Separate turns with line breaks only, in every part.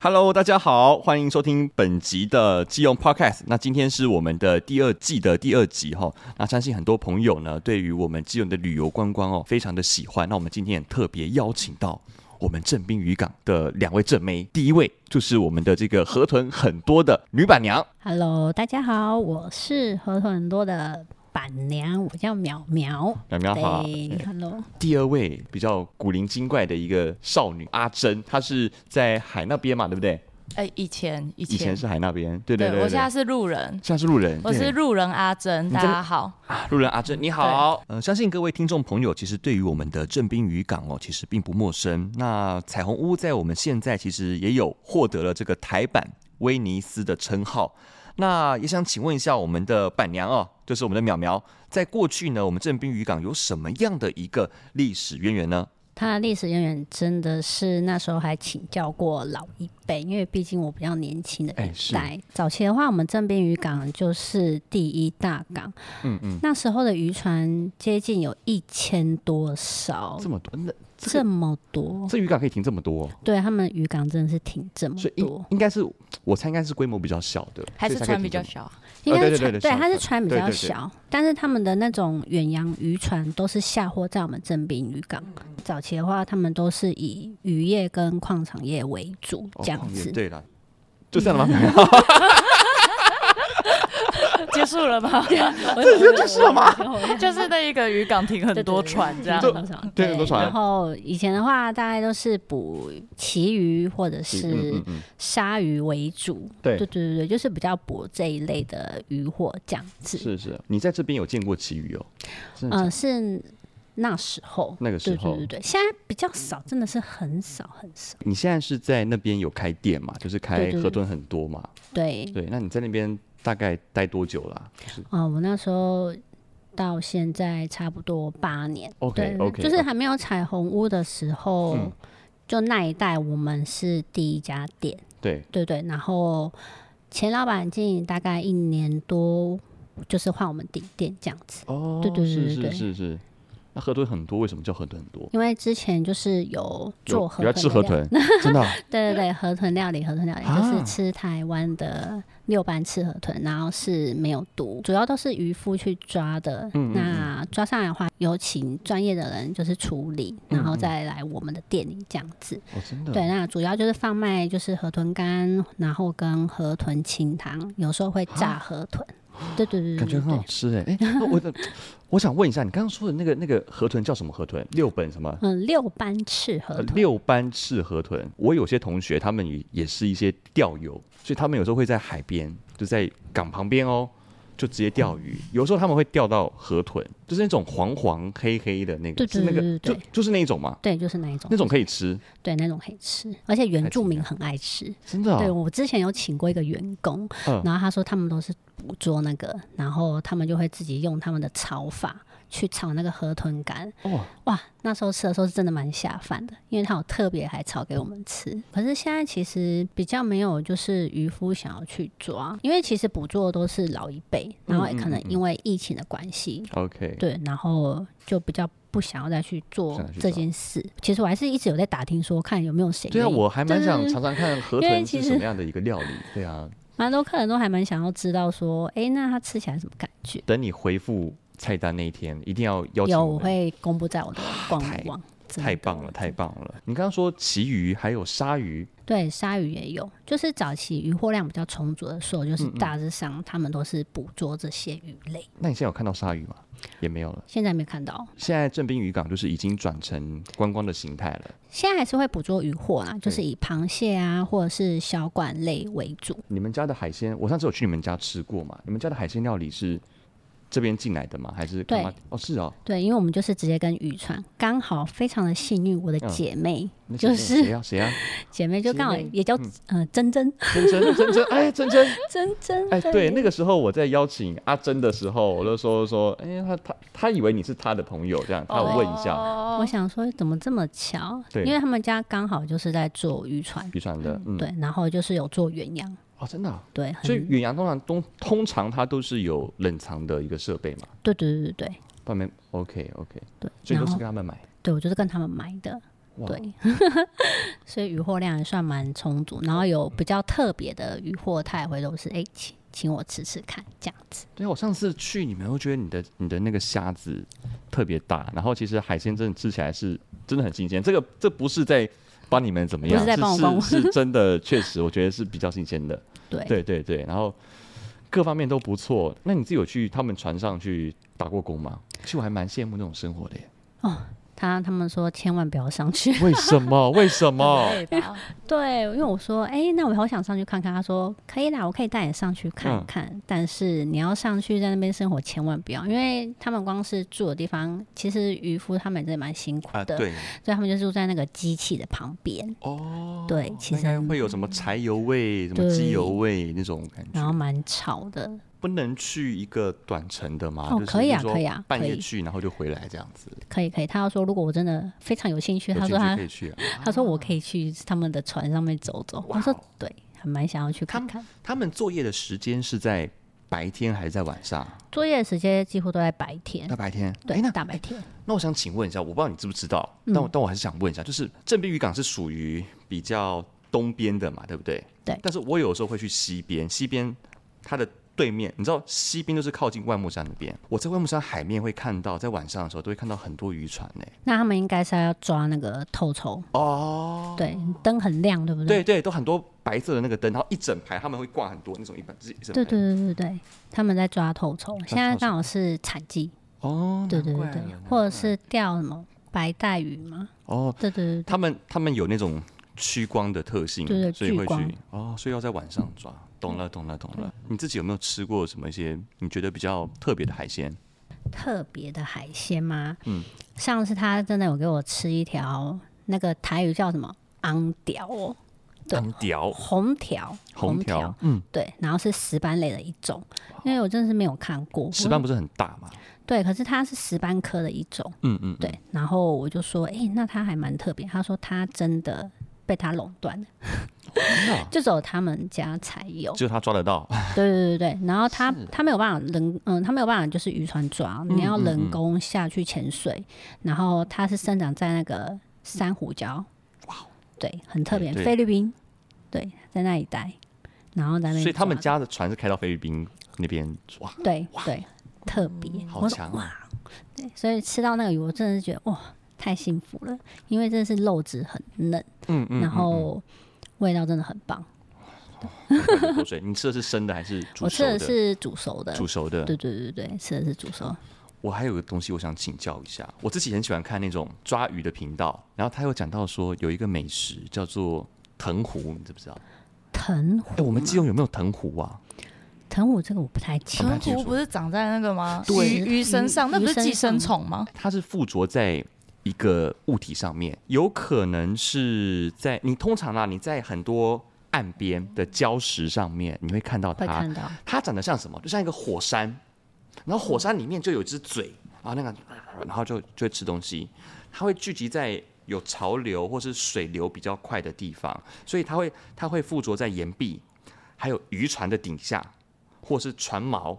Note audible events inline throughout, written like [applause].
Hello，大家好，欢迎收听本集的基隆 Podcast。那今天是我们的第二季的第二集哈、那相信很多朋友呢，对于我们基隆的旅游观光哦，非常的喜欢。那我们今天也特别邀请到我们正滨渔港的两位正妹，第一位就是我们的这个河豚很多的女板娘，
Hello，大家好，我是河豚很多的板娘，我叫淼淼。哎
淼淼好。
对，Hello，
第二位比较古灵精怪的一个少女阿珍，她是在海那边嘛，对不对？
哎、以前以
以前是海那边，对对
对
对对。
我现在是路人，
现在是路人，
我是
对
路人阿珍，
你
大
真的
家好。
路人阿珍，你好。呃，相信各位听众朋友，其实对于我们的正滨渔港哦，其实并不陌生。那彩虹屋在我们现在其实也有获得了这个台版威尼斯的称号。那也想请问一下我们的板娘哦，就是我们的淼淼，在过去呢，我们正滨渔港有什么样的一个历史渊源呢？
它的历史渊源真的是那时候还请教过老一辈，因为毕竟我比较年轻的
哎
一
是
代。早期的话，我们正滨渔港就是第一大港，
嗯嗯，
那时候的渔船接近有一千多艘，
这么多，那这
这
个
么多，
这渔港可以停这么多哦、
对他们渔港真的是挺这么
所以应
多，
应该是我猜应该是规模比较小的，
还是
所以才可以
船比
停这
较
么
小，
应该
对对
是
哦对对
船，对，
小
它是
船
船比
对
较
对对
小，但是他们的那种远洋渔船都是下货在我们正滨渔港。早期的话，他们都是以渔业跟矿产业为主，
哦
这样
矿业
子。
对了，就这样了吗？
结束了吗？ [laughs]
这 [laughs] 就是了吗？
就是那一个渔港停很多船这样。
对很多船
然后以前的话，大概都是捕旗鱼或者是
嗯，
鲨鱼为主。
对
对对对对，就是比较捕这一类的渔获这样子。
是是，你在这边有见过旗鱼哦？真的假
嗯，
的
是那时候。
那个时
对对
候
对，对，现在比较少，真的是很少很少。
你现在是在那边有开店嘛？就是开
对对
河豚很多嘛？
对，
对，那你在那边大概待多久啦？就是
哦，我那时候到现在差不多八年。对
OK
对
OK，哦
就是还没有彩虹屋的时候，
嗯
就那一代我们是第一家店，
对，
对对。然后前老板经营大概一年多，就是换我们顶店这样子。
哦，
对对对
是
对
是
对
是是。那河豚很多，为什么叫河豚很多？
因为之前就是有
有
做
有
河
要
豚，
吃河，豚，
[laughs]
真的啊
对对对，河豚料理，河豚料理、就
啊
是吃台湾的六班刺河豚，然后是没有毒，主要都是渔夫去抓的。
嗯嗯嗯
那抓上来的话，有请专业的人就是处理，然后
嗯嗯
再来我们的店里这样子。
哦，真的。
对，那主要就是贩卖就是河豚干，然后跟河豚清汤，有时候会炸河豚。对对对对
啊感觉
对
很好
对。
吃
[laughs]
哎、欸、那我的我想问一下，你刚刚说的那个那个河豚叫什么河豚？六本什么？
嗯，六班赤河
呃
豚，
六斑赤河豚。我有些同学他们也也是一些钓友，所以他们有时候会在海边，就在港旁边哦，就直接钓鱼。有时候他们会钓到河豚，就是那种黄黄黑黑的那个，
对对
是那个
对对
就
对
就是那一种嘛，
对，就是那一种
那，种可以吃，
对，那种可以吃，而且原
太
住
惊
民
讶
很爱吃。
真的、
对
哦。
我之前有请过一个员工，
嗯
然后他说他们都是捕捉那个，然后他们就会自己用他们的炒法去炒那个河豚干。
哦，
哇，那时候吃的时候是真的蛮下饭的，因为他有特别还炒给我们吃。可是现在其实比较没有，就是渔夫想要去抓，因为其实捕捉的都是老一辈，然后
嗯嗯
可能
嗯
因为疫情的关系，
OK，
对，然后就比较。不想要再去做
想要去
这
找
件事，其实我还是一直有在打听说，看有没有谁
对啊，
愿意
我还蛮
对
想尝尝看河
因为
豚
其
是
实
什么样的一个料理。对啊，
蛮多客人都还蛮想要知道说，哎、那它吃起来什么感觉？
等你回复菜单那一天，一定要邀请
有，
们
我会公布在我的官
太
网。真
太
的
棒了，太棒了！你刚刚说旗鱼还有鲨鱼，
对，鲨鱼也有，就是早期渔获量比较充足的时候，就是
嗯嗯
大致上他们都是捕捉这些鱼类。
那你现在有看到鲨鱼吗？也没有了。
现在没看到，
现在正滨渔港就是已经转成观光的形态了。
现在还是会捕捉鱼获啦，就是
对
以螃蟹啊或者是小管类为主。
你们家的海鲜，我上次有去你们家吃过嘛？你们家的海鲜料理是这边进来的吗？还是
对
干嘛？哦，是哦。
对，因为我们就是直接跟渔船，刚好非常的幸运，我的
嗯
姐妹、
那
就
姐妹谁呀、谁呀、啊
姐妹就
姐
刚好
妹
也叫、
嗯
呃珍珍
珍珍珍珍，哎，珍
[laughs]
珍，
珍珍，
哎，对，那个时候我在邀请阿珍的时候，我就说说，哎，他他他以为你是他的朋友，这样，他有问一下
哦
我想说怎么这么巧？
对
因为他们家刚好就是在做渔船，
渔船的，嗯，
对，然后就是有做远洋，
哦，真的啊、
对，
所以
很
远洋通常通通常它都是有冷藏的一个设备嘛，
对对对对
外面 OK OK，
对
所以
对，然
都是
后
跟他们买。
对我就是跟他们买的，
哇
对， [laughs] 所以渔获量也算蛮充足。然后有比较特别的渔获，他也会都是哎、请请我吃吃看这样子。
对啊，我上次去你们会觉得你的你的那个虾子特别大，然后其实海鲜真的吃起来是真的很新鲜。这个这不是在帮你们怎么样，
不是在帮我帮我
是是
[laughs]
是真的，确实我觉得是比较新鲜的。
对，
对对对，然后各方面都不错。那你自己有去他们船上去打过工吗？其实我还蛮羡慕那种生活的耶。
他他们说千万不要上去。
为什么？为什
[laughs]
么？
很累吧？
对，因为我说哎、那我好想上去看看。他说可以啦，我可以带你上去
嗯
看看，但是你要上去在那边生活，千万不要，因为他们光是住的地方，其实渔夫他们真的蛮辛
啊
苦的，所以他们就住在那个机器的旁边，
哦，
对其
那应该
实
会有什么柴油味、什么
对
机油味那种感
然后
觉。
蛮吵的。
不能去一个短程的吗？
哦
就是
可以啊
比如说
可以啊
半夜
可以
去然后就回来这样子。
可以可以，他要说如果我真的非常有兴趣，
有
他
兴
说
趣
他
可以去啊。
他说我可以去他们的船上面走走。我说
哇哦
对，还蛮想要去
他
看
们
看。
他们作业的时间是在白天还是在晚上？
作业时间几乎都在白天
那，白天。
嗯对嗯
诶那，
大白天。
那我想请问一下，我不知道你知不知道，但我、但我还是想问一下，就是正滨渔港是属于比较东边的嘛，对不对？
对
但是我有时候会去西边，西边它的对面，你知道西边就是靠近万木山那边。我在万木山海面会看到，在晚上的时候都会看到很多渔船呢、
那他们应该是要抓那个透抽，
哦，
对，灯很亮，对不
对
对？
对，都很多白色的那个灯，然后一整排他们会挂很多那种一般一整排。
对对对对对，他们在抓透抽，现在
透抽
刚好是产季，
哦，
对对
难
对
怪
对
了，
或者是钓什么白带鱼嘛，
哦，
对对对对
他们他们有那种趋光的特性，
对对
所以会
聚光嗯
去哦，所以要在晚上抓。懂了，懂了，懂了。你自己有没有吃过什么一些你觉得比较特别的海鲜？
特别的海鲜吗？
嗯
上次他真的有给我吃一条那个台语叫什么昂屌哦，对
当条、
红条，
红条，嗯，
对，然后是石斑类的一种，因为我真的是没有看过
石斑
我
不是很大吗？
对，可是它是石斑科的一种，
嗯嗯，嗯，
对，然后我就说，诶，那它还蛮特别，他说他真的被他垄断了，
真的啊
就只有他们家才有，
只有他抓得到。
对对对对，然后他
是
他没有办法人，嗯，他没有办法就是渔船抓，你要
嗯嗯
人工下去潜水，
嗯
然后它是生长在那个珊瑚礁，哇，对，很特别，
哦对对
菲律宾，对，在那一带，然后在那边抓的，
所以他们家的船是开到菲律宾那边抓，
对对，特别，
好
我说
强啊
哇，对，所以吃到那个鱼，我真的是觉得哇，太幸福了，因为真的是肉质很嫩，
嗯嗯
然后味道真的很棒。
流口水。你吃的是生的还是煮
我吃
熟
的是呃煮熟的，
煮熟的。
对对对对，吃的是煮熟，
我还有个东西我想请教一下，我自己很喜欢看那种抓鱼的频道，然后他有讲到说有一个美食叫做藤壶，你知不知道？
藤
哎、我们基隆有没有藤壶啊？
藤虎这个我不太清
很难
楚，
解
藤
说
壶不是长在那个吗？
对
鱼鱼身上，那不是寄生虫吗？
它是附着在一个物体上面，有可能是在你通常啊，你在很多岸边的礁石上面，你会看到
会
它
看，到
它长得像什么？就像一个火山，然后火山里面就有一只嘴啊，那个，然后就就会吃东西，它会聚集在。有潮流或是水流比较快的地方，所以它会它会附着在岩壁，还有渔船的顶下，或是船锚，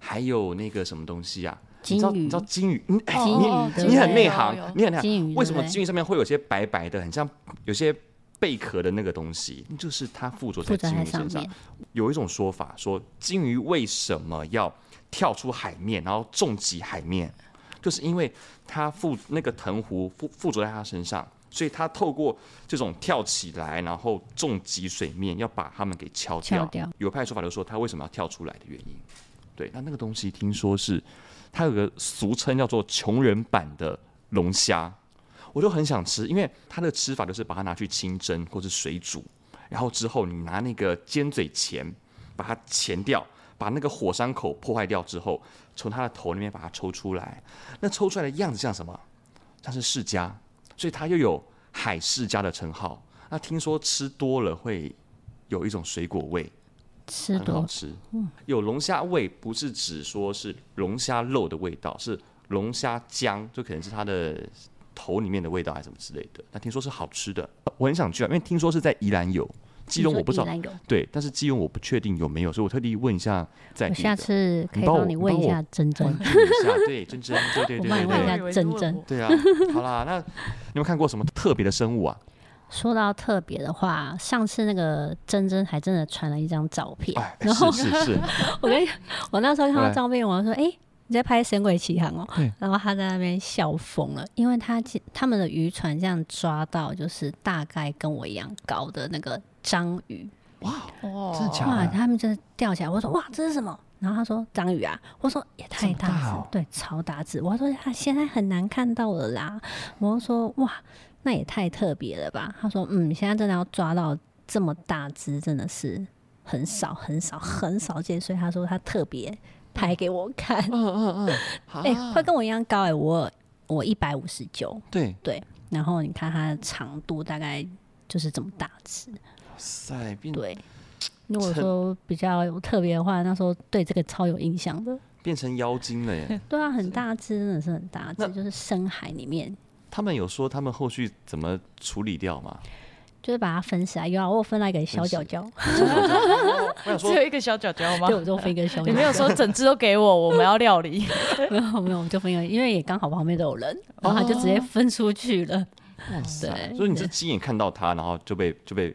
还有那个什么东西啊？你
金
知道
鱼哦
你知道金鱼？嗯，哎，你
金鱼对
你
不
很
对
内
有
行
有，
你很内
金
行。
鱼
为什么
对
金鱼上面会有些白白的，很像有些贝壳的那个东西？就是它附着在
附着
金
在
鱼
上
身上
面。。
有一种说法说，金鱼为什么要跳出海面，然后重击海面？就是因为它附那个藤壶附附着在它身上，所以它透过这种跳起来，然后重击水面，要把它们给敲掉。
敲掉
有派说法就说它为什么要跳出来的原因。对，那那个东西听说是它有个俗称叫做“穷人版”的龙虾，我就很想吃，因为它的吃法就是把它拿去清蒸或是水煮，然后之后你拿那个尖嘴钳把它钳掉，把那个火山口破坏掉之后，从它的头那边把它抽出来，那抽出来的样子像什么？像是释迦，所以它又有海释迦的称号。那听说吃多了会有一种水果味，
吃
很好
多
吃。有龙虾味，不是指说是龙虾肉的味道，是龙虾浆，就可能是它的头里面的味道，还是什么之类的。那听说是好吃的，我很想去啊，因为听说是在宜兰有。基隆我不知道
你，说宜兰有
对，但是基隆我不确定有没有，所以我特地问一下在
我
地
下
的，
次可
你
以
帮
帮
我
你
你
问
帮
一
我
下珍珍
关。注一下，对，珍珍，对对
我
对
帮你
对
问一
对
下，
我以为是
珍
问
珍
我
对啊， [laughs] 好啦，那你们看过什么特别的生物啊？
说到特别的话，上次那个珍珍还真的传了一张照片，
哎，
然后
是是是，
[laughs] 我跟你我那时候看到
对
照片，我就说：“哎、你在拍《神鬼奇航》哦
对。”
然后他在那边笑疯了，因为他其他们的渔船这样抓到，就是大概跟我一样高的那个章鱼，
哇
真的假
哇，
的？
他们真的吊起来。我说：“哇，这是什么？”然后他说：“章鱼啊。”我说：“也太
这么
大
大
只，
哦
对，超大只。”我说：“他现在很难看到了啦。”我就说：“哇，那也太特别了吧？”他说：“嗯，现在真的要抓到这么大只，真的是很
嗯
少很少很少见。”所以他说他特别拍给我看，
嗯嗯嗯，好
[laughs] 哎、快跟我一样高哎、我我一百五十九，
对，
然后你看它的长度大概就是这么大只，
哇塞，变
对。如果
这
说比较有特别的话，那时候对这个超有印象的。
变成妖精了
[laughs]
耶！
对啊，很大只，真的是很大
那
只，就是深海里面，
他们有说他们后续怎么处理掉
[laughs]
吗？
就是把它分食啊。有啊，我有分了一个小脚脚，
我想说
[laughs] 只有一个小脚脚吗
[laughs] 对，？我就分一个小脚
你
[laughs] 脚。
没有说整只都给我，我们要料 [laughs] 理。
没有没有，我就分一个，因为也刚好旁边都有人，然后它就直接分出去了。
哦哇塞，
对
所以你是亲眼看到它，然后就被就被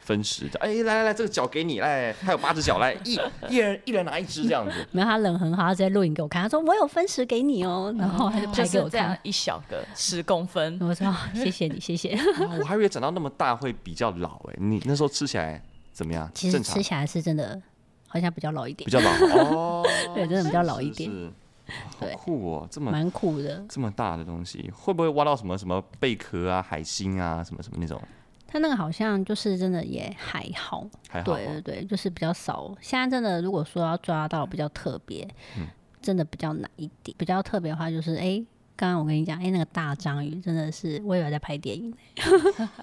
分食的。哎、来来来，这个脚给你，来，它有八只脚，来一一人一人拿一只这样子。
没有，他人很好，他直接录影给我看，他说我有分食给你哦，
嗯
然后他就
就
拍给
是
我
这
看
样。一小个十公分，
我说、啊谢谢你，
[laughs]
谢谢。
哇我还以为长到那么大会比较老哎、你那时候吃起来怎么样？
其
正
实
常
吃，起来是真的，好像比较老一点
比，较老哦，
对，真的 [laughs] 比较老一
是
点，
是
对
好酷哦，这么
蛮酷的。
这么大的东西，会不会挖到什么什么贝壳啊、海星啊、什么什么那种？
他那个好像就是真的也还好，
还好、
对
哦
对，对，就是比较少。现在真的如果说要抓到比较特别，
嗯
真的比较难一点。比较特别的话就是，哎、刚刚我跟你讲，哎、那个大章鱼真的是，我以为在拍电影，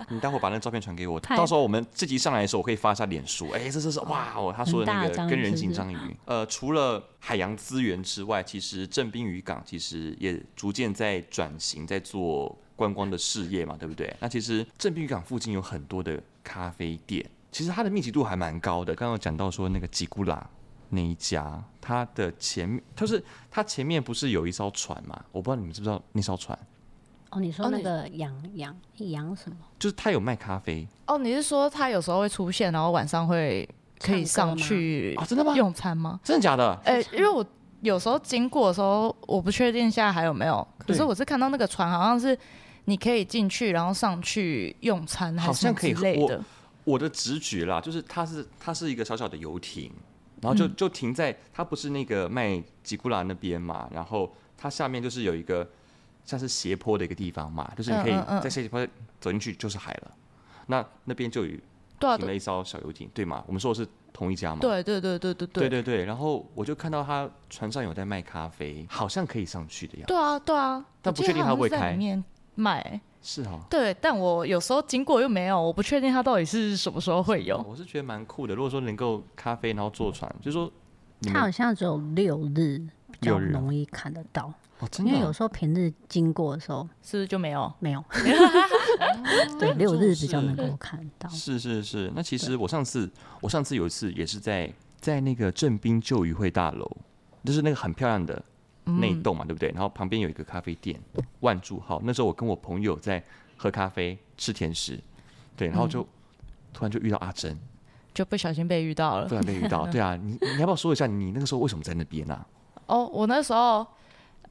你待会把那照片传给我，
太
到时候我们这集上来的时候，我可以发一下脸书。哎、这这是哇哦，他说的那
很大的
个
章鱼
跟人
是
形
不是
章鱼。呃，除了海洋资源之外，其实正滨渔港其实也逐渐在转型，在做观光的事业嘛，对不对？那其实正滨渔港附近有很多的咖啡店，其实它的密集度还蛮高的。刚刚有讲到说那个吉古拉。那一家，它的前面就是它前面不是有一艘船嘛？我不知道你们知不知道那艘船，
哦，你说
哦
那
你
个羊羊羊什么？
就是它有卖咖啡
哦，你是说它有时候会出现，然后晚上会可以
唱歌吗
上去
啊、真的吗？
用餐吗？
真的假的？
呃，因为我有时候经过的时候，我不确定现在还有没有，可
对
是我是看到那个船好像是你可以进去，然后上去用餐，还
好
是什
像
么
可以
之类
我
的。
我的直觉啦，就是它是它是一个小小的游艇，然后就
嗯
就停在它不是那个卖吉古拉那边嘛，然后它下面就是有一个像是斜坡的一个地方嘛，就是你可以
嗯嗯嗯
在斜坡走进去就是海了。那那边就有
对啊，
停
对
了一艘小游艇，对吗？我们说的是同一家嘛？
对对对对对
对对
对
对。然后我就看到他船上有在卖咖啡，好像可以上去的样子。
对啊对啊！
但
我
不
记得
确定
它
它
好像
会
是在
开
里面卖。
是哦。
对，但我有时候经过又没有，我不确定它到底是什么时候会有。
我是觉得蛮酷的。如果说能够咖啡，然后坐船，就是说你
它
们
好像只有六日比
六
较
日啊
容易看得到，
哦，真
因
的
为
啊、
有时候平日经过的时候
是不是就没有？
没有，
[laughs]
对，六日比较能够看到。
哦是是是，那其实我上次我上次有一次也是在在那个正滨旧渔会大楼，就是那个很漂亮的
嗯
那一栋嘛，对不对？然后旁边有一个咖啡店万柱号，那时候我跟我朋友在喝咖啡吃甜食，对，然后
嗯
就、突然就遇到阿珍，
就不小心被遇到了
突。然被遇到，对啊，你你要不要说一下你那个时候为什么在那边啊？
哦，我那时候，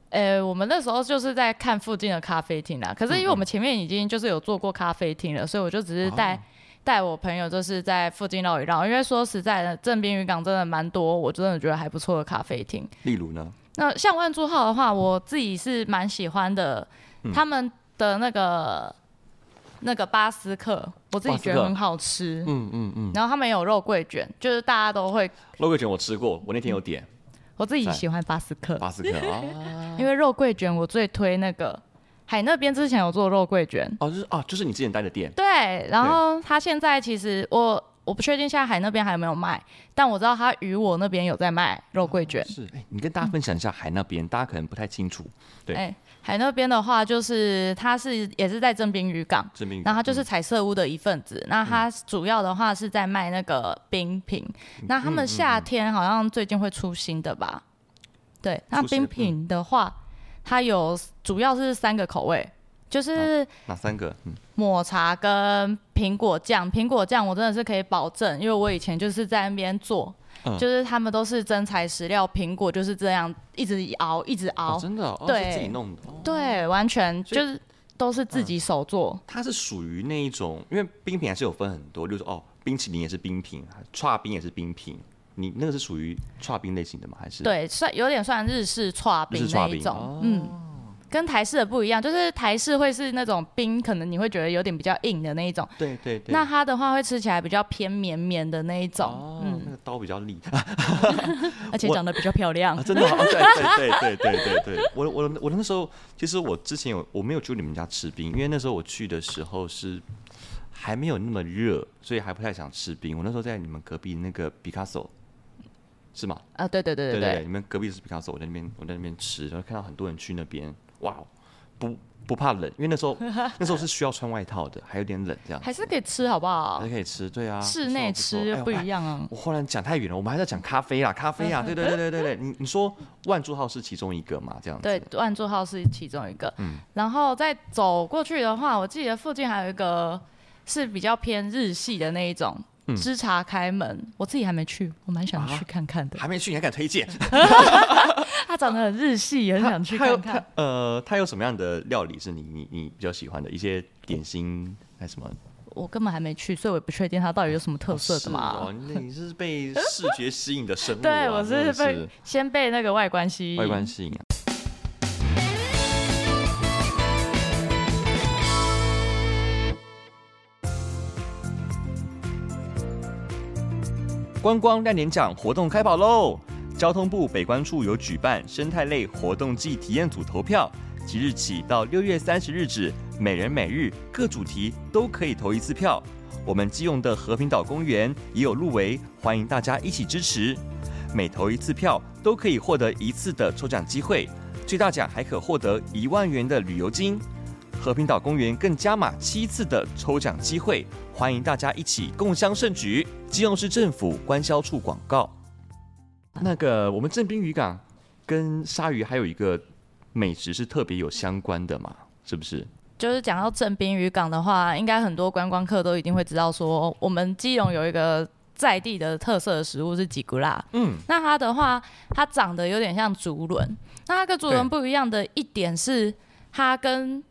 呃，我们那时候就是在看附近的咖啡厅啦。可是因为我
嗯
们前面已经就是有做过咖啡厅了，所以我就只
哦
是带带我朋友就是在附近绕一绕。因为说实在的，正滨渔港真的蛮多，我真的觉得还不错的咖啡厅。
例如呢？
那像万珠号的话，我自己是蛮喜欢的，
嗯
他们的那个那个巴斯克，我自
巴
己觉
斯克
得很好吃。
嗯嗯嗯，
然后他们有肉桂卷，就是大家都会，
肉桂卷我吃过，我那天有点
我自己
在
喜欢巴斯克，
巴 [laughs] 斯克啊，
因为肉桂卷我最推那个海那边之前有做肉桂卷，
哦哦就是啊就是你之前待的店，
对，然后他现在其实我我不确定现在海那边还有没有卖，但我知道它渔我那边有在卖肉桂卷。
是，哎你跟大家分享一下海那边，大家可能不太清楚对
哎，海那边的话，就是它是也是在正滨渔港，
这边。
然后它就是彩色屋的一份子。那
嗯
它主要的话是在卖那个冰品，那他
嗯
们夏天好像最近会出新的吧？对，那
出新的嗯
冰品的话，它有主要是三个口味，就是
嗯哪三个？嗯，
抹茶跟苹果酱。苹果酱我真的是可以保证，因为我以前就是在那边做。
嗯
就是他们都是真材实料，苹果就是这样一直熬，一直熬
哦，，真的哦，哦
对
是自己弄的。哦
对，完全
所以嗯
就是都是自己手做。
它是属于那一种，因为冰品还是有分很多，就是哦，冰淇淋也是冰品，串冰也是冰品。你那个是属于串冰类型的吗？还是？
对，算有点算日式刨
日
冰
式
那
刨
一
冰
种，
哦
嗯。跟台式的不一样，就是台式会是那种冰，可能你会觉得有点比较硬的那一种，
对对对。
那它的话会吃起来比较偏绵绵的那一种，
哦，那
嗯，
个刀比较利
而且
我
长得比较漂亮
啊，。真的哦，对对对对对对对，我我我那时候其实我之前有我没有去你们家吃冰，因为那时候我去的时候是还没有那么热，所以还不太想吃冰。我那时候在你们隔壁那个毕卡索，是吗？
啊，对对对
对
对
对
对，
你们隔壁是毕卡索，我在那边我在那边吃，然后看到很多人去那边，哇，哦不不怕冷，因为那
[laughs]
时候那时候是需要穿外套的，还有点冷这样，
还是可以吃好不好
还？可以吃，对啊，
室
不错
内
不错
吃
哎
又不
哎
一样啊。
我忽然讲太远了，我们还在讲咖啡啊，咖啡啊，对对对对对对，你你说万柱号是其中一个嘛？这样子，
对，万座号是其中一个。
嗯
然后再走过去的话，我记得附近还有一个是比较偏日系的那一种。
嗯
知茶开门，我自己还没去，我蛮想
啊
去看看的。
还没去，你还敢推荐？
它长得很日系，很想去
它有
看看。
呃，它有什么样的料理是你你你比较喜欢的一些点心？还是什么
我根本还没去，所以我也不确定它到底有什么特色的嘛。
哦，那你是被视觉吸引的生物、啊，
[laughs] 对，我
真
是
的是
被先被那个外观吸引。
外观吸引、啊。观光亮点奖活动开跑喽！交通部北关处有举办生态类活动暨体验组投票，即日起到六月三十日止，每人每日各主题都可以投一次票。我们基用的和平岛公园也有入围，欢迎大家一起支持。每投一次票都可以获得一次的抽奖机会，最大奖还可获得一万元的旅游金。和平岛公园更加码七次的抽奖机会，欢迎大家一起共襄盛举。基隆市政府关销处广告。那个，我们正滨渔港跟鲨鱼还有一个美食是特别有相关的嘛？是不是？
就是讲到正滨渔港的话，应该很多观光客都一定会知道说，我们基隆有一个在地的特色的食物是吉古拉。
嗯，
那它的话，它长得有点像竹轮。那它跟竹轮
对
不一样的一点是，它跟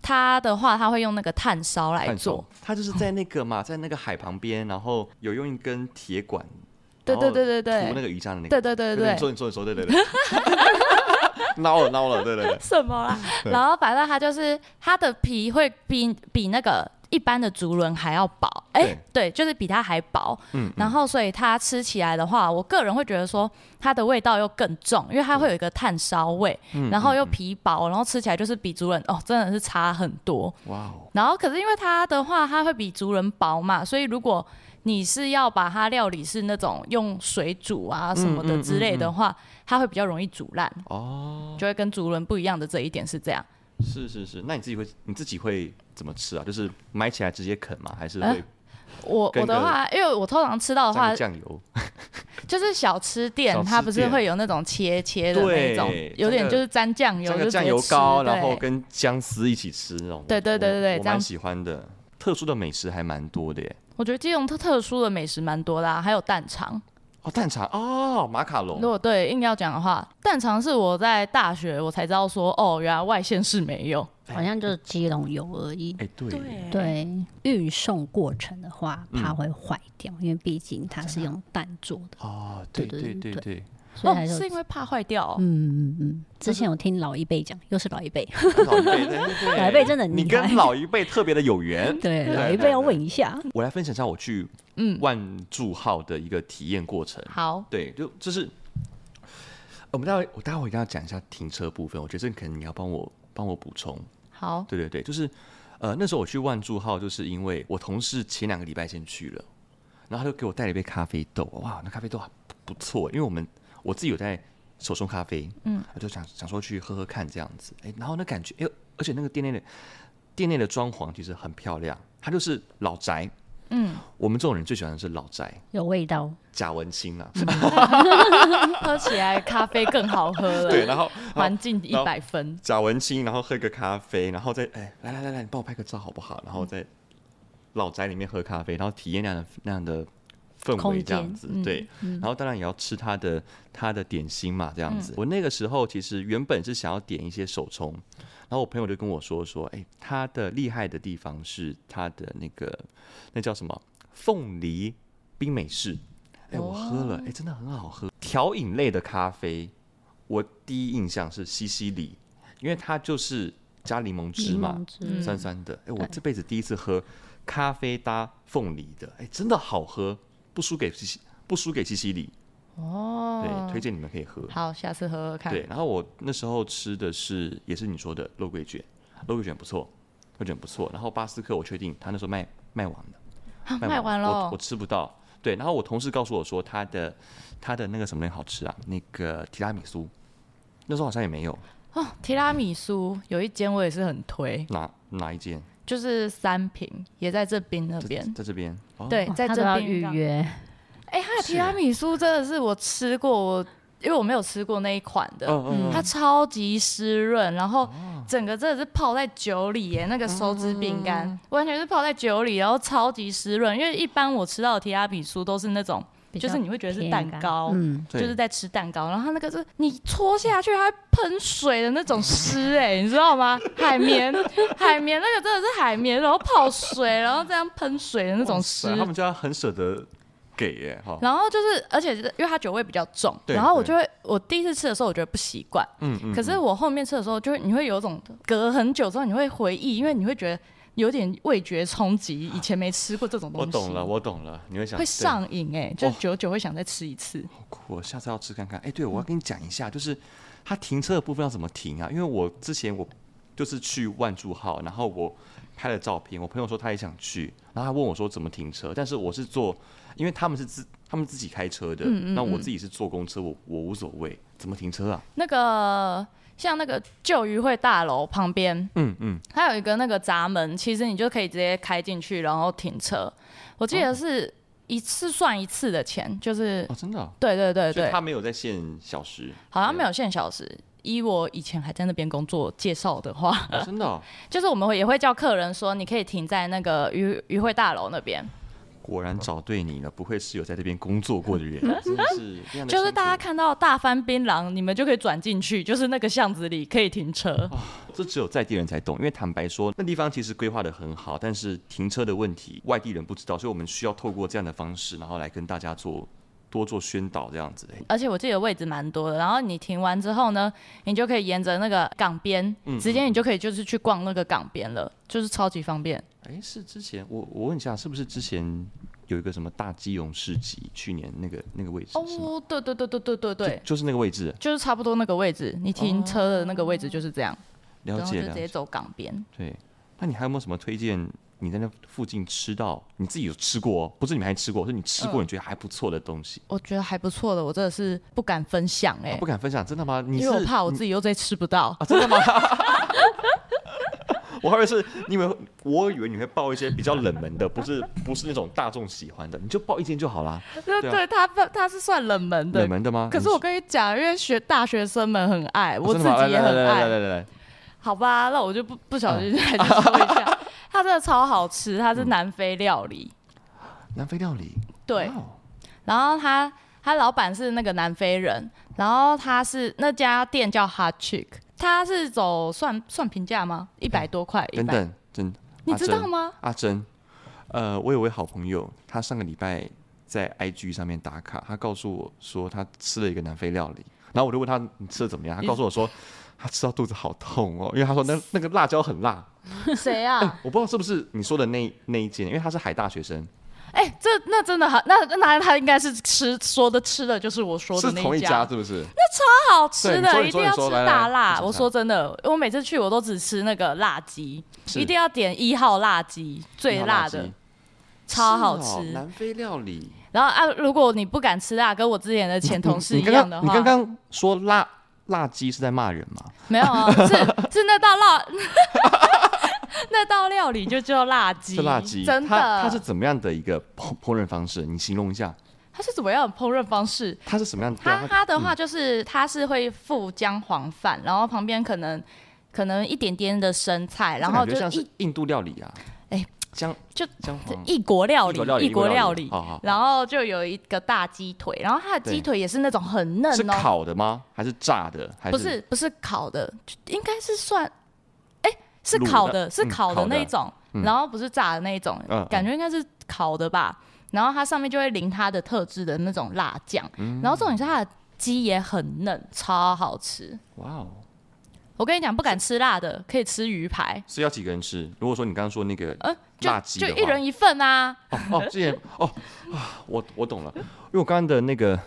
它的话，它会用那个炭烧来
看
做
错。，它就是在那个嘛，在那个海旁边，然后有用一根铁管，
对
然后
对对对对
涂那个鱼浆的那个，
对对对对
你
对，
说你说你说，对对 [laughs] 对，孬了孬了，对对对，
什么啦？
[laughs] 对
然后反正它就是它的皮会比比那个一般的竹轮还要薄，哎、对，就是比它还薄。
嗯，
然后所以它吃起来的话，我个人会觉得说它的味道又更重，因为它会有一个炭烧味，
嗯
然后又皮薄，然后吃起来就是比竹轮哦，真的是差很多。
哇哦，
然后可是因为它的话，它会比竹轮薄嘛，所以如果你是要把它料理是那种用水煮啊什么
嗯
的之类的话，它会比较容易煮烂，
哦，
就会跟竹轮不一样的这一点是这样。
是是是，那你自己会你自己会怎么吃啊？就是买起来直接啃吗？还是
呃哦
会
我
跟
我的
个
话，因为我通常吃到的
沾
话
个，酱油？
就是小吃
小
店
吃
它不是
店
会有那种切切的
对
那种
沾，
有点
个
就是沾酱油，
沾
就
个
直
酱
接
油膏，
吃
然后
对
跟姜丝一起吃那种，
对对对对对
我我
这样
蛮喜欢的。特殊的美食还蛮多的耶，
我觉得基隆特特殊的美食蛮多的、啊，还有蛋肠。
哦，蛋挞哦，马卡龙
如，果对硬要讲的话，蛋肠是我在大学我才知道说，哦，原来外县市没有。
好像就是基隆有而已。
哎，对耶，
对，运送过程的话，
嗯
怕会坏掉，因为毕竟它是用蛋做的，
哦，对
对
对对
对
对，
所以
哦
还，
是因为怕坏掉哦、
嗯嗯嗯，之前有听老一辈讲，又是老一辈，
老一辈，对对对
老一辈真的很
你
厉
跟
害
老一辈特别的有缘。
[laughs] 对，
对
老一辈要问一下，
我来分享一下我去
嗯
万柱号的一个体验过程。
好，
对，就就是呃我们待会我待会一定要讲一下停车部分，我觉得这可能你要帮我帮我补充。
好，
对对对，就是呃那时候我去万柱号，就是因为我同事前两个礼拜先去了，然后他就给我带了一杯咖啡豆，哇，那咖啡豆还不错，因为我们我自己有在手冲咖啡，嗯，我就想想说去喝喝看这样子，哎、然后那感觉，哎、呦，而且那个店内的店内的装潢其实很漂亮，它就是老宅，嗯，我们这种人最喜欢的是老宅，
有味道，
贾文清啊，
喝起来咖啡更好喝
[laughs] [laughs]
了。
对，然后然后
环境一
然后
百分，
贾文清，然后喝个咖啡，然后再哎，来来来来，你帮我拍个照好不好？然后在老宅里面喝咖啡，然后体验那样的那样的氛
空
围，
间
这样子
嗯
对。然后当然也要吃他的他的点心嘛，这样子。我那个时候其实原本是想要点一些手冲，然后我朋友就跟我说说，哎，他的厉害的地方是他的那个那叫什么凤梨冰美式，哎，我喝了，哎，真的很好喝。调饮类的咖啡，我第一印象是西西里，因为它就是加柠檬汁
柠
嘛
檬，汁，
酸酸的。哎、我这辈子第一次喝咖啡搭凤梨的，哎、真的好喝，不输给西西，不输给西西里。
哦
对，，推荐你们可以喝。
好，下次喝喝看。
对，然后我那时候吃的是也是你说的肉桂卷，肉桂卷不错，肉桂卷不错。然后巴斯克我确定他那时候卖卖完了，
啊卖完了
我我吃不到。对，然后我同事告诉我说他的他的那个什么东西好吃啊，那个提拉米苏，那时候好像也没有，
哦，提拉米苏有一间我也是很推，
哪哪一间？
就是三瓶，也在这边那
在
边。嗯
在这边。哦，
对，
哦
在
他
这
都要
边
预
这样
约，
哎、它的
是
提拉米苏真的是我吃过，我因为我没有吃过那一款
哦
的，
嗯嗯嗯
它超级湿润，然后整个真的是泡在酒里耶，那个手指饼干、
哦
完全是泡在酒里，然后超级湿润。因为一般我吃到的提拉米苏都是那种，
比
就
较
是你会觉得是
偏
蛋
干
糕。
嗯，
对
就是在吃蛋糕，然后它那个是你搓下去还喷水的那种湿哎、你知道吗？海绵，海绵那个真的是海绵，然后泡水，然后这样喷水的那种湿
哇塞他们家很舍得给耶，哈，
然后就是，而且因为它酒味比较重，
对
然后我就会，我第一次吃的时候我觉得不习惯，
嗯嗯
可是我后面吃的时候，就会你会有一种隔很久之后你会回忆，因为你会觉得有点味觉冲击，以前没吃过这种东
我
西，
懂了，我懂了，你会想
会
对
上瘾哎、就
哦
久久会想再吃一次。
我下次要吃看看。哎、对，
嗯
我要跟你讲一下，就是它停车的部分要怎么停啊？因为我之前我就是去万柱号，然后我拍了照片，我朋友说他也想去，然后他问我说怎么停车，但是我是坐，因为他们是自他们自己开车的，
嗯
那我自己是坐公车，我我无所谓，怎么停车啊？
那个像那个旧渔会大楼旁边，
嗯嗯，
它有一个那个闸门，其实你就可以直接开进去，然后停车。我记得是一次算一次的钱，就是
哦，真的啊、
对对呃对
所以
对，
他没有在限小
[laughs]
时，
好像没
有，
有限小时。依我以前还在那边工作介绍的话， [laughs]
哦真的啊、
就是我们会也会叫客人说，你可以停在那个渔渔会大楼那边，
果然找对你了，不愧是有在这边工作过的
[laughs]
人，真的是非常的
就是
辛
大家
苦
看到大翻槟榔，你们就可以转进去，就是那个巷子里可以停车。
这只有在地人才懂，因为坦白说，那地方其实规划的很好，但是停车的问题外地人不知道，所以我们需要透过这样的方式，然后来跟大家做多做宣导这样子。哎
而且我记得位置蛮多的，然后你停完之后呢，你就可以沿着那个港边，
嗯
直接你就可以就是去逛那个港边了，就是超级方便。
哎，是之前我我问一下，是不是之前有一个什么大基隆市集，去年那个那个位置是吗？
哦，对对对对对对对
就，就是那个位置，
就是差不多那个位置，你停车的那个位置就是这样，
了
然后
解
就直
了
接
解。
走港边。
对，那你还有没有什么推荐？你在那附近吃到你自己有吃过哦，不是你们还吃过，是你吃
嗯
过你觉得还不错的东西，
我觉得还不错的，我真的是不敢分享哎、
啊不敢分享，真的吗？你
因
是
为我怕我自己又再吃不到。
啊，真的吗？我还以为是你以为我以为你会报一些比较冷门的，不是不是那种大众喜欢的，你就报一间就好啦。
对
对啊
对，他他是算冷门的
冷，门的吗？
可是我跟你讲，因为学大学生们很爱，
你
我
哦
自
真的吗
己也
来来
很
来来
爱。
来来来，
好吧，那我就不不小
嗯
心再说一
[laughs]
下，它真的超好吃，它是南非料理，
嗯南非料理。
对
哇，哦，
然后他他老板是那个南非人，然后他是那家店叫 Hot Chick，他是走算算平价吗？一百多块，一
等
百，
等，真的
你知道
阿珍
吗？
阿珍，呃，我有位好朋友，他上个礼拜在 IG 上面打卡，他告诉我说他吃了一个南非料理，然后我就问他你吃的怎么样，他
你
告诉我说他吃到肚子好痛哦，因为他说那那个辣椒很辣，
谁
[laughs]
啊？
我不知道是不是你说的那那一间，因为他是海大学生。
哎、这那真的好，那那他应该是吃说的吃的就是我说的
是
那
同一
家，
是不是？
好吃
对
的，
你说你说
一定要
你说
吃
来来
大
你
辣。
说
我说真的，我每次去我都只吃那个辣鸡，
是
一定要点一号辣鸡，最
一号
辣
鸡
的。超好
是哦
吃。
南非料理。
然后啊，如果你不敢吃辣，跟我之前的前同事
你
一
刚
样的
刚你
话，
刚刚说辣辣鸡是在骂人吗？
没有啊，是是 [laughs] 那道辣，那道料理就叫辣鸡，
是辣鸡，
真的，
它它是怎么样的一个烹烹饪方式？你形容一下，
它是怎么样的烹饪方式？
它是什么样的？对啊
它它的话就是它是会附姜黄饭，然后旁边可能可能一点点的生菜，然
这
后
感觉
就
像
一
是印度料理啊，
哎
姜
就
姜黄
异国料
异国
理哦
料，理
异国料
异国料
理
理好好好，
然后就有一个大鸡腿，然后它的
对
鸡腿也是那种很嫩
是
哦，
烤的吗？还是炸的？还
不是不是烤的，就应该是算，哎、是
卤的
烤的，是
嗯
烤
烤
的
的
那一种，
嗯
然后不是炸的那一种，
嗯嗯
感觉应该是烤的吧。然后它上面就会淋它的特制的那种辣酱，
嗯
然后重点是它的鸡也很嫩，超好吃。
哇哦，
我跟你讲，不敢吃辣的可以吃鱼排，
是要几个人吃？如果说你刚刚说那个
呃，就
辣鸡
就
的
一
话
人一份啊。
哦，
[laughs]
之前哦啊，我我懂了，因为我刚刚的那个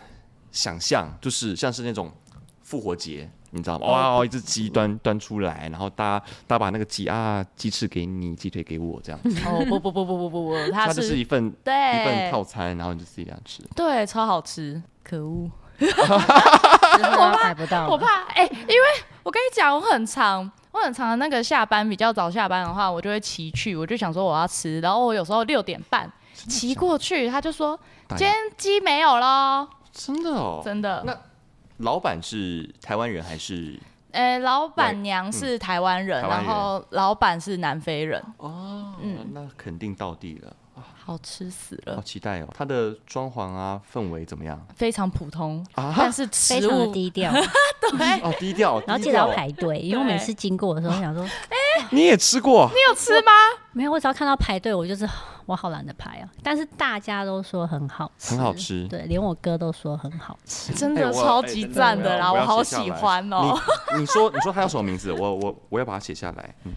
想象就是像是那种复活节，你知道吗？哇、哦，一只鸡端端出来，然后大家大家把那个鸡啊鸡翅给你，鸡腿给我这
嗯
样，
哦不不不不不不不，它
它就是
是
一份一份
对
套餐，然后你就自己这样吃。
对超好吃，可恶。
[laughs] 我买不到了，
我怕哎、因为我跟你讲，我很常，我很常那个下班比较早下班的话，我就会骑去，我就想说我要吃，然后我有时候六点半骑过去，他就说
大
今
家
天鸡没有喽，
真的哦，
真的
那。老板是台湾人还是
呃、老板娘是台湾人，
嗯台湾
然
人
后老板是南非人，
哦？
嗯
那肯定到地了，
好吃死
好
呃
了，
期待哦！它的装潢啊，氛围怎么样
非常普通，
啊
但？是
非
食
常的
物
低
[laughs]
调，
对，
哦，低调，
哎然后
低
记得要
调
排队，因为我每次经过的时候想说，
你也吃过，
你有吃吗？
没有，我只要看到排队，我就是我好懒得排啊。但是大家都说很好吃，
很好吃
对，连我哥都说很好吃。
真
哎
的
我
超
哎
级
真
赞
我
的
要
啦，
我要
好
写下
喜
来
欢哦。
你你说你说他叫什么名字？我我我要把它写下来。嗯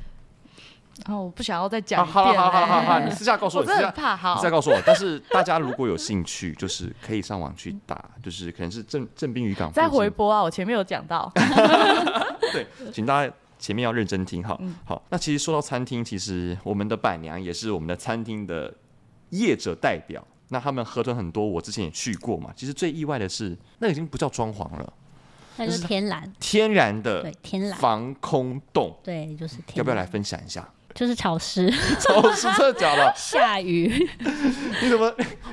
然哦后我不想要再
好啊
讲一
好了
遍
好了好了好了，
嘞
你私下告诉我，
我
你
真
私
的
下
很怕，
你
哦好
私，下告诉我。但是大家如果有兴趣，就是可以上网去打，就是可能是正正滨渔港附
再
近
回播啊，我前面有讲 [laughs] 到。
对，请大家前面要认真听哈。
嗯
好，那其实说到餐厅，其实我们的板娘也是我们的餐厅的业者代表。那他们合团很多，我之前也去过嘛。其实最意外的是，那已经不叫装潢了，
那就是天然，
天然的
对，天然，
防空洞，
对，就是天然。
要不要来？分享一下？ [laughs]
就是潮湿、
超是真的假
[laughs]
的？
下雨，
你怎么？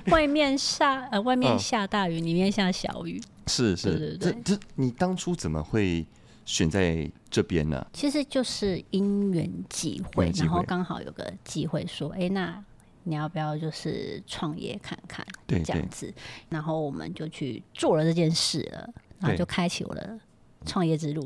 外面下呃外面
嗯
下大雨，里面下小雨。
是
对
是，
对
这这你当初怎么会选在这边呢？
其实就是因缘际
因
会
缘，际
然后
会
刚好有个机会说，哎、那你要不要就是创业看看
对
这
哎对
样，子？然后我们就去做了这件事了，然后
对
就开启我的创业之路。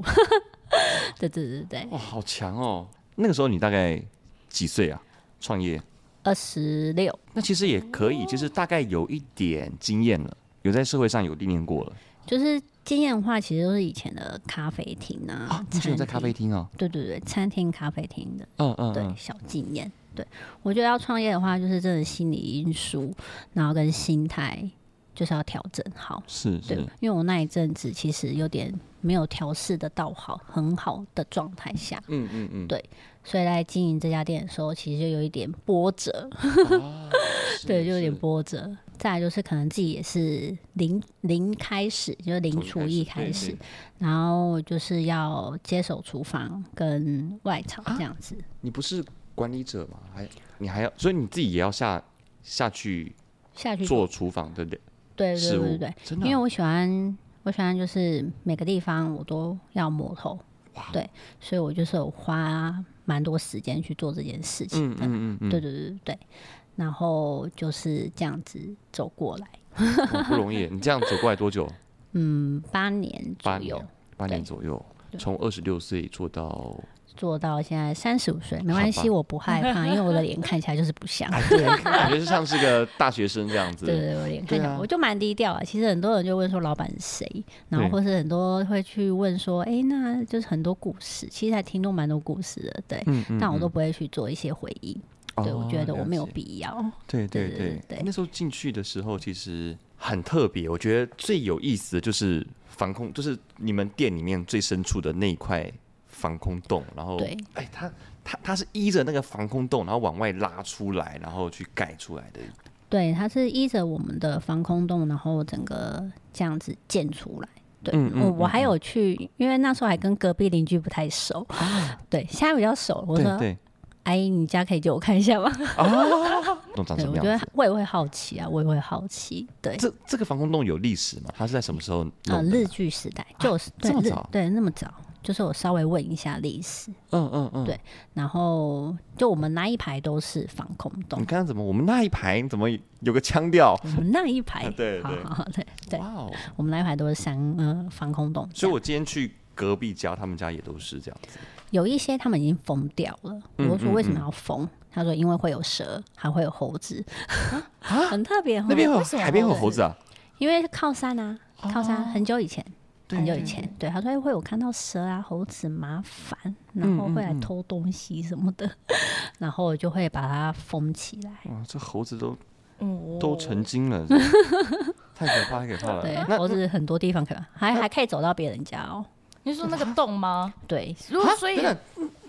[laughs] 对对对对，
哇，好强哦！那个时候你大概几岁啊？创业？
二十六，
那其实也可
哦
以，就是大概有一点经验了，有在社会上有历练过了。
就是经验的话，其实都是以前的咖啡厅啊，
啊，你居
餐厅
然在咖啡厅哦？
对对对，餐厅、咖啡厅的，
嗯嗯
对
嗯，
小经验。对我觉得要创业的话，就是真的心理因素，然后跟心态就是要调整好。
是
对
是，，
因为我那一阵子其实有点没有调试的到好，很好的状态下，
嗯嗯嗯，
对所以在经营这家店的时候，其实就有一点波折，
啊是
[laughs] 对，就有点
是
波折。再来就是可能自己也是零零开始，就是零
从
厨艺开
对
始
对，
然后就是要接手厨房跟外场
啊
这样子。
你不是管理者嘛？还你还要，所以你自己也要下下去
下去
做厨房，对不对？
对对
事
对
务
对对，
真的
因为
啊
我喜欢，我喜欢就是每个地方我都要摸头，对，所以我就是有花蛮多时间去做这件事情
嗯
的，
嗯嗯嗯， [laughs]
对对对对对，然后就是这样子走过来，
哦不容易。你这样走过来多
[laughs]
久？
嗯，八年
八
左右
年，八年左右，从二十六岁做到，
做到现在三十五岁，没
好
关系，
吧
我不害怕，因为我的脸看起来就是不像。
对， [laughs] 感觉就像是个大学生这样
对
子。
啊对对，我脸看起来、
对啊
我就蛮低调啊。其实很多人就问说老板是谁，然后
对
或是很多会去问说，哎、那就是很多故事，其实还听过蛮多故事的，对。
嗯嗯
但我
嗯
都不会去做一些回忆，对我
哦
觉得我
了
没有
解哦
必要。
对
对
对
对
对
对
那时候进去的时候，其实很特别。我觉得最有意思的就是防空，就是你们店里面最深处的那一块防空洞。然后，
对，
哎，它它它是依着那个防空洞，然后往外拉出来，然后去盖出来的。
对，它是依着我们的防空洞，然后整个这样子建出来。对，
嗯嗯
我
嗯
我还有去，因为那时候还跟隔壁邻居不太熟，对，现在比较熟。我
啊对
说，
对
阿姨，你家可以借我看一下吗？
啊，洞长什
对，
么
我觉得
样子？
我也会好奇啊，我也会好奇。对，
这这个防空洞有历史吗？它是在什么时候
呃，
弄的
日
呢？
剧时代就是、对
这么
日
早
对那么早，就是我稍微问一下历史，
嗯嗯嗯。
对然后就我们那一排都是防空洞
你，看怎么我们那一排怎么有个腔调？
我们那一排
嗯啊对
好
对
好好对嗯对
哇，哦！
我们那一排都是山呃防空洞这样，
所以我今天去隔壁家，他们家也都是这样子。
有一些他们已经封掉了。
嗯
我说
嗯
为什么
嗯
要封？他说因为会有蛇，还会有猴子， [laughs] 很特别哦。
啊那边会
为什
有
么
海边会有
猴
猴子啊？
因为靠山啊，
哦
靠山很久以前。
对
很久
对
以前，对他说哎会有看到蛇啊、猴子，麻烦，然
嗯
后会来
嗯嗯
偷东西什么的， [laughs] 然后我就会把它封起来。
哇，这猴子都
嗯
都成精了， [laughs] 太可怕，太可怕
对
了。，
猴子很多地方可能还还可以走到别人家哦。
你说那个洞吗？
对，
如果所以
那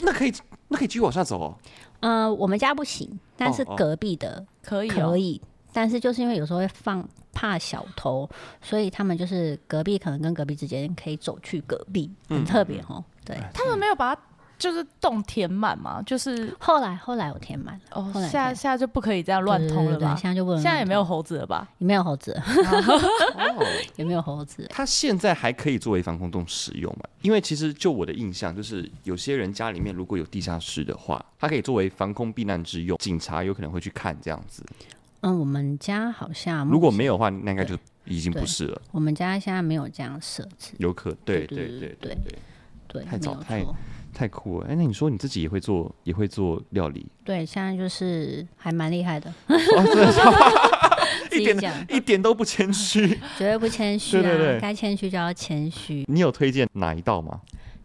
那可以，那可以继续往下走哦。
呃，我们家不行，但是
哦哦
隔壁的
可以哦
可以，但是就是因为有时候会放怕小偷，所以他们就是隔壁可能跟隔壁之间可以走去隔壁，
嗯
很特别哦。对，
他们没有把它就是洞填满嘛，就是
后来后来我填满了，
哦
后来，
下
填
下就不可以这样乱
对对
通
对
了
对
吧？
现在就不能
现在也
乱
没有
通
猴子了吧？
也没有猴子， [laughs]
哦，
也没有猴子，
它现在还可以作为防空洞使用嘛？因为其实就我的印象，就是有些人家里面如果有地下室的话，它可以作为防空避难之用，警察有可能会去看这样子。
嗯，我们家好像
如果没有的话，那应该就已经不是了。
我们家现在没有这样设置，
有可对对
对
对
对
对
对
对，
对，
太早
没
太
有错，
太酷了！哎，那你说你自己也会做，也会做料理，
对，现在就是还蛮厉害的，自
一
己
点
讲
一点都不谦虚。
绝对不谦
[laughs] 对
虚
对对
啊，该谦虚就要谦虚。
你有推荐哪一道吗？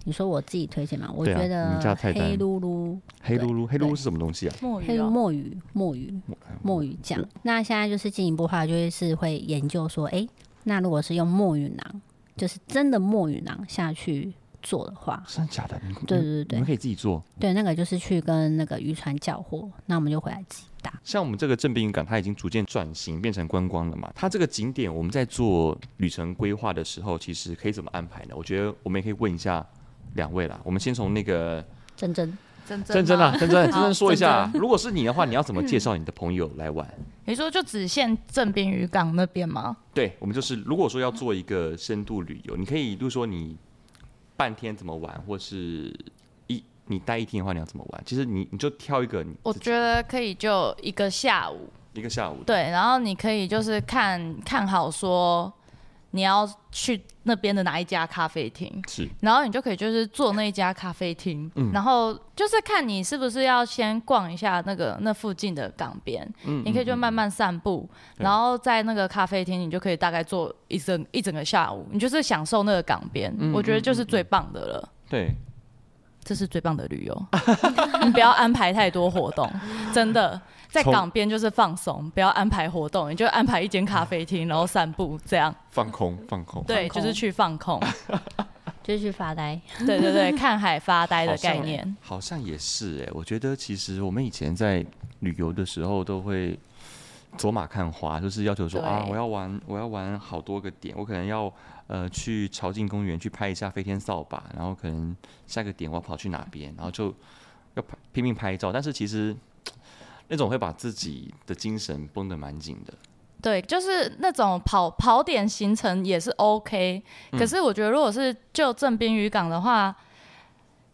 你说我自己推荐吗？我
对啊
觉
你们家
得
菜单
黑噜噜、
黑
对
噜噜，黑噜噜是什么东西啊？
墨
黑
鱼
噜
哦
墨鱼、墨鱼、墨鱼酱。那现在就是进一步的话，就是会研究说，诶，那如果是用墨鱼囊，就是真的墨鱼囊下去做的话，
真的假的？你
对
你
对对
你
对
们可以自己做。
对，那个就是去跟那个渔船叫货，那我们就回来自己打。
像我们这个正滨渔港，它已经逐渐转型变成观光了嘛。它这个景点，我们在做旅程规划的时候，其实可以怎么安排呢？我觉得我们也可以问一下两位啦。我们先从那个啊
真真，
真真啊
珍珍啦，
吗
珍珍，珍
好
珍说一下啊
珍，
如果是你的话，你要怎么介绍你的朋友来玩？
你说就只限正滨渔港那边吗？
对，我们就是如果说要做一个深度旅游，你可以，例如说你半天怎么玩，或是一你待一天的话，你要怎么玩？其实你你就挑一个你
我
自己
觉得可以就一个下午，
一个下午的，
对，然后你可以就是看看好说你要去那边的哪一家咖啡厅，
是
然后你就可以就是坐那一家咖啡厅，
嗯
然后就是看你是不是要先逛一下那个那附近的港边，
嗯
你可以就慢慢散步，
对
然后在那个咖啡厅你就可以大概坐一整一整个下午，你就是享受那个港边，
嗯
我觉得就是最棒的了。
对。
这是最棒的旅游， [laughs] 你不要安排太多
[laughs]
活动，真的，在
从
港边就是放松，不要安排活动，你就安排一间咖啡厅，然后散步，这样，
放空，放空。
对，
空
就是去放空，
就是去发呆。
对对
[laughs]
对，看海发呆的
好像
概念，
好像也是哎、我觉得其实我们以前在旅游的时候都会走马看花，就是要求说
对
啊，我要玩，我要玩好多个点，我可能要呃去朝境公园去拍一下飞天扫把，然后可能下个点我要跑去哪边，然后就要拍拼命拍照，但是其实。那种会把自己的精神绷得蛮紧的，
对，就是那种跑跑点行程也是 OK，可
嗯
是我觉得如果是就正滨渔港的话，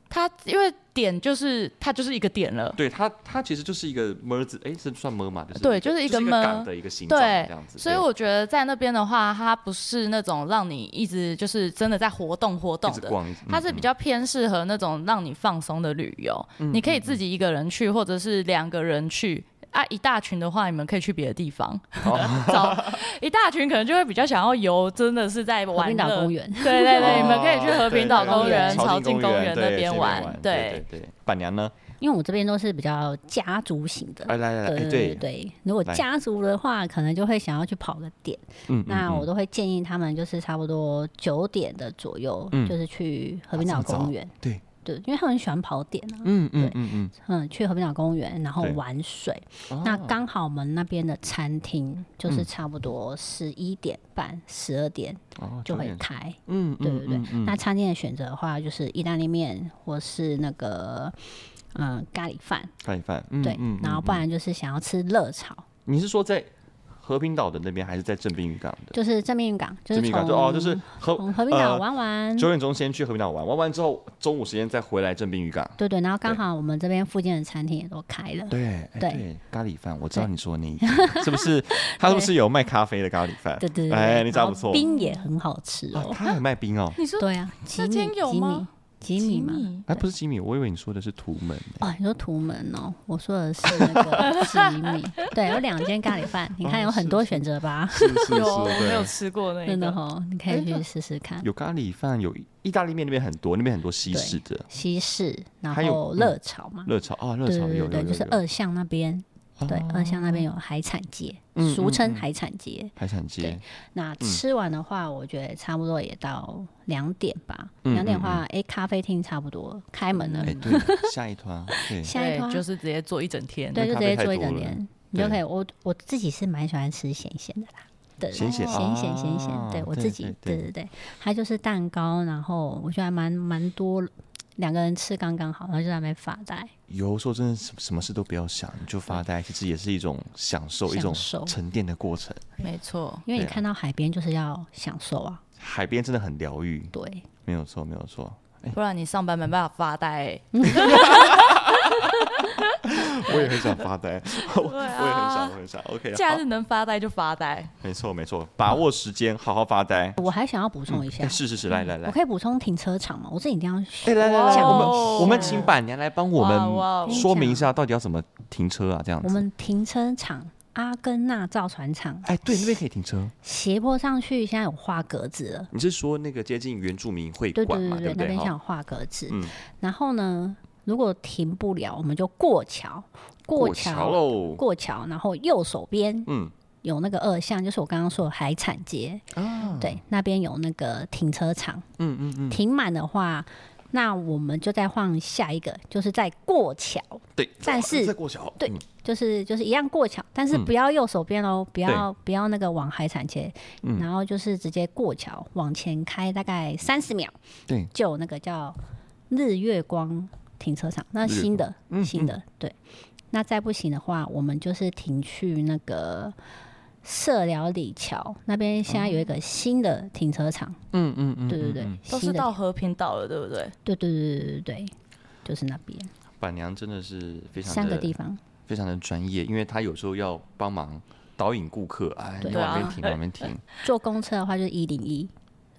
它因为点就是它就是一个点了，
对它，它其实就是一个么字，哎、是算么嘛？就是
对
一个
就是一
一个
个么
港的一个形状
对
这样子。
所以
对
我觉得在那边的话，它不是那种让你一直就是真的在活动活动
一直
的，
逛，一直
它是
嗯嗯
比较偏适合那种让你放松的旅游。你
嗯
可以自己一个人去，或者是两个人去。啊，一大群的话，你们可以去别的地方。
哦
[laughs] 找一大群可能就会比较想要游，真的是在
[laughs] 和
玩
平
乐。
岛公园，
[laughs] 对对对，
哦
你们可以去和平岛
对对
公
对
园、
朝
朝
境
境公园
园
那
对
边
这
玩。
对对对。板娘呢？
因为我这边都是比较家族型的。
哎来来来，
对
哎
对
对，
对，如果
来
家族的话，可能就会想要去跑个点，
嗯，
那
嗯
我
嗯
都会建议他们就是差不多九点的左右，
嗯
就是去和
啊
平
这
岛
么早
公园。
对
对，因为他们很喜欢跑点啊，
嗯嗯嗯嗯，
嗯，去和平岛公园，然后
对
玩水。
哦嗯
那刚好我们那边的餐厅就是差不多十一点半、十二点
哦
就会
点
开，
嗯，
对对对。
嗯嗯
那餐厅的选择的话，就是意大利面或是那个嗯、呃咖喱饭，
咖喱饭，嗯
对，
嗯
然后不然就是想要吃热炒，
你是说在和平岛的那边，还是在正滨渔港的？
就是正面渔港，就
正
是
滨渔
从
港就哦，就是和
从和平岛
呃
玩玩。
九点钟先去和平岛玩，玩完之后中午时间再回来正滨渔港。
对对，然后刚
对
好我们这边附近的餐厅也都开了，
对，哎
对
对，咖喱饭，我知道
对
你说
[laughs]
你是不是？他是不是有卖咖啡的咖喱饭？
对对对，
哎，你
然
找
后
不错。
冰也很好吃
啊，
哦，
他还卖冰哦。
你说
对啊，吉
那
米
间有
吉米
吗
吉米嘛，
哎，不是吉米，我以为你说的是图门。
[laughs] 哦，你说图门哦，我说的是那
[laughs]
个吉米，对，有两间咖喱饭，你看有很多选择吧，
哦是是
有，我没有，吃过那
真的
个。
哦，你可以去试试看。
有咖喱饭，有意大利面那边很多，那边很多西
对
式的
西式，然
还有
后
嗯
热炒嘛，
热炒啊，热
对
炒
对
有
对
有
对，
有
就是
有
二巷那边，对，
哦
二巷那边有海产街，
嗯嗯
俗称
嗯
海产街。
海产街
对，那吃完的话，我觉得差不多也到两点吧，
嗯
两
嗯
点的话，哎，咖啡厅差不多开门了
哎，，对了，
[laughs]
下一团，对，
下一
对，
团
就是直接坐一整天。
对，
那
就
咖
直
啡
接
太
坐一
多
整
了
天，你就
对
可以。我我自己是蛮喜欢吃咸咸的啦，对，
咸咸
咸咸咸
啊
咸，对我
对
自己
对，
对
对
对对，它就是蛋糕，然后我觉得还蛮蛮多，两个人吃刚刚好，然后就在那边发呆，
有时候真的什什么事都不要想，你就发呆，其实也是一种享受，一
享
种
受
沉淀的过程。
没错，
因为你
对啊
看到海边就是要享受啊，
海边真的很疗愈，
对，
没有错，没有
[laughs]
错。
不然你上班没办法发呆欸。
我也很想发呆，我我也很想，我很想。OK，
啊假
好
日，能发呆就发呆。
没错没错，把握时间，好好发呆。
我还想要补充一下
哎，，是是是，来来来
我，可以补充停车场吗？我这一定要
哎来来来，
讲
我们
哦
我们请板娘来帮我
哇哇
们说明一下到底要怎么停车啊？这样
我
子。
们停车场阿根纳造船厂
哎，对，那边可以停车。
斜坡上去，现在有画格子了。
你是说那个接近原住民会
对
馆
对
嘛？
对
对不
那
对？
边想
哈，
有画格子。
嗯
然后呢，如果停不了，我们就过桥，过
桥
桥，
喽。
过桥，然后右手边
嗯
有那个二巷，就是我刚刚说的海产街，
啊，
对，那边有那个停车场，
嗯嗯嗯，
停满的话。那我们就再换下一个，就是在过桥，
对。
但是
在过桥，
对
嗯
就是就是一样过桥，但是
嗯
不要右手边哦，不要不要那个往海产街，
嗯
然后就是直接过桥往前开大概三十秒，
对，
就有那个叫日月光停车场，那
日月
新的
嗯
新的对。那再不行的话，我们就是停去那个社寮里桥那边，现在有一个新的停车场，
嗯嗯嗯，
对对
嗯
对
嗯，
都
新
是
的
到和平岛了，对不对？
对对对对对对，就是那边
板娘真的是非常
三个
的
地方，
非常的专业，因为她有时候要帮忙导引顾客，哎，你
对
往
啊
边停，往边停，
坐公车的话就是一零一，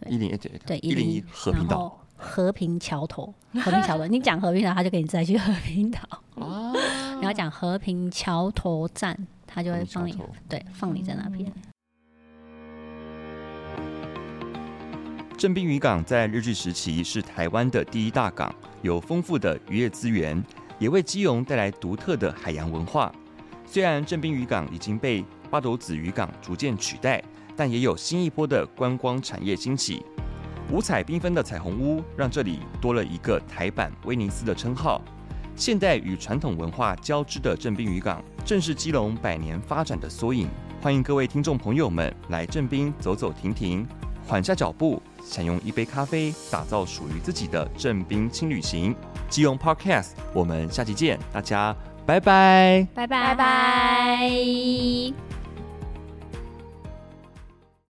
一零一对
对
一零一
101
和平
然
岛
后和平桥头，和平桥头，你讲和平岛，他就给你再去和平岛。
啊，
[laughs] 你要讲和平桥头站，他就会放你
和平桥头，
对，放你在那边。
嗯正滨渔港在日据时期是台湾的第一大港，有丰富的渔业资源，也为基隆带来独特的海洋文化。虽然正滨渔港已经被八斗子渔港逐渐取代，但也有新一波的观光产业兴起。五彩缤纷的彩虹屋让这里多了一个台版威尼斯的称号。现代与传统文化交织的正滨渔港，正是基隆百年发展的缩影。欢迎各位听众朋友们来正滨走走停停，缓下脚步，享用一杯咖啡，打造属于自己的正滨轻旅行。基隆 Podcast，我们下期见，大家拜拜。
拜拜
拜
拜。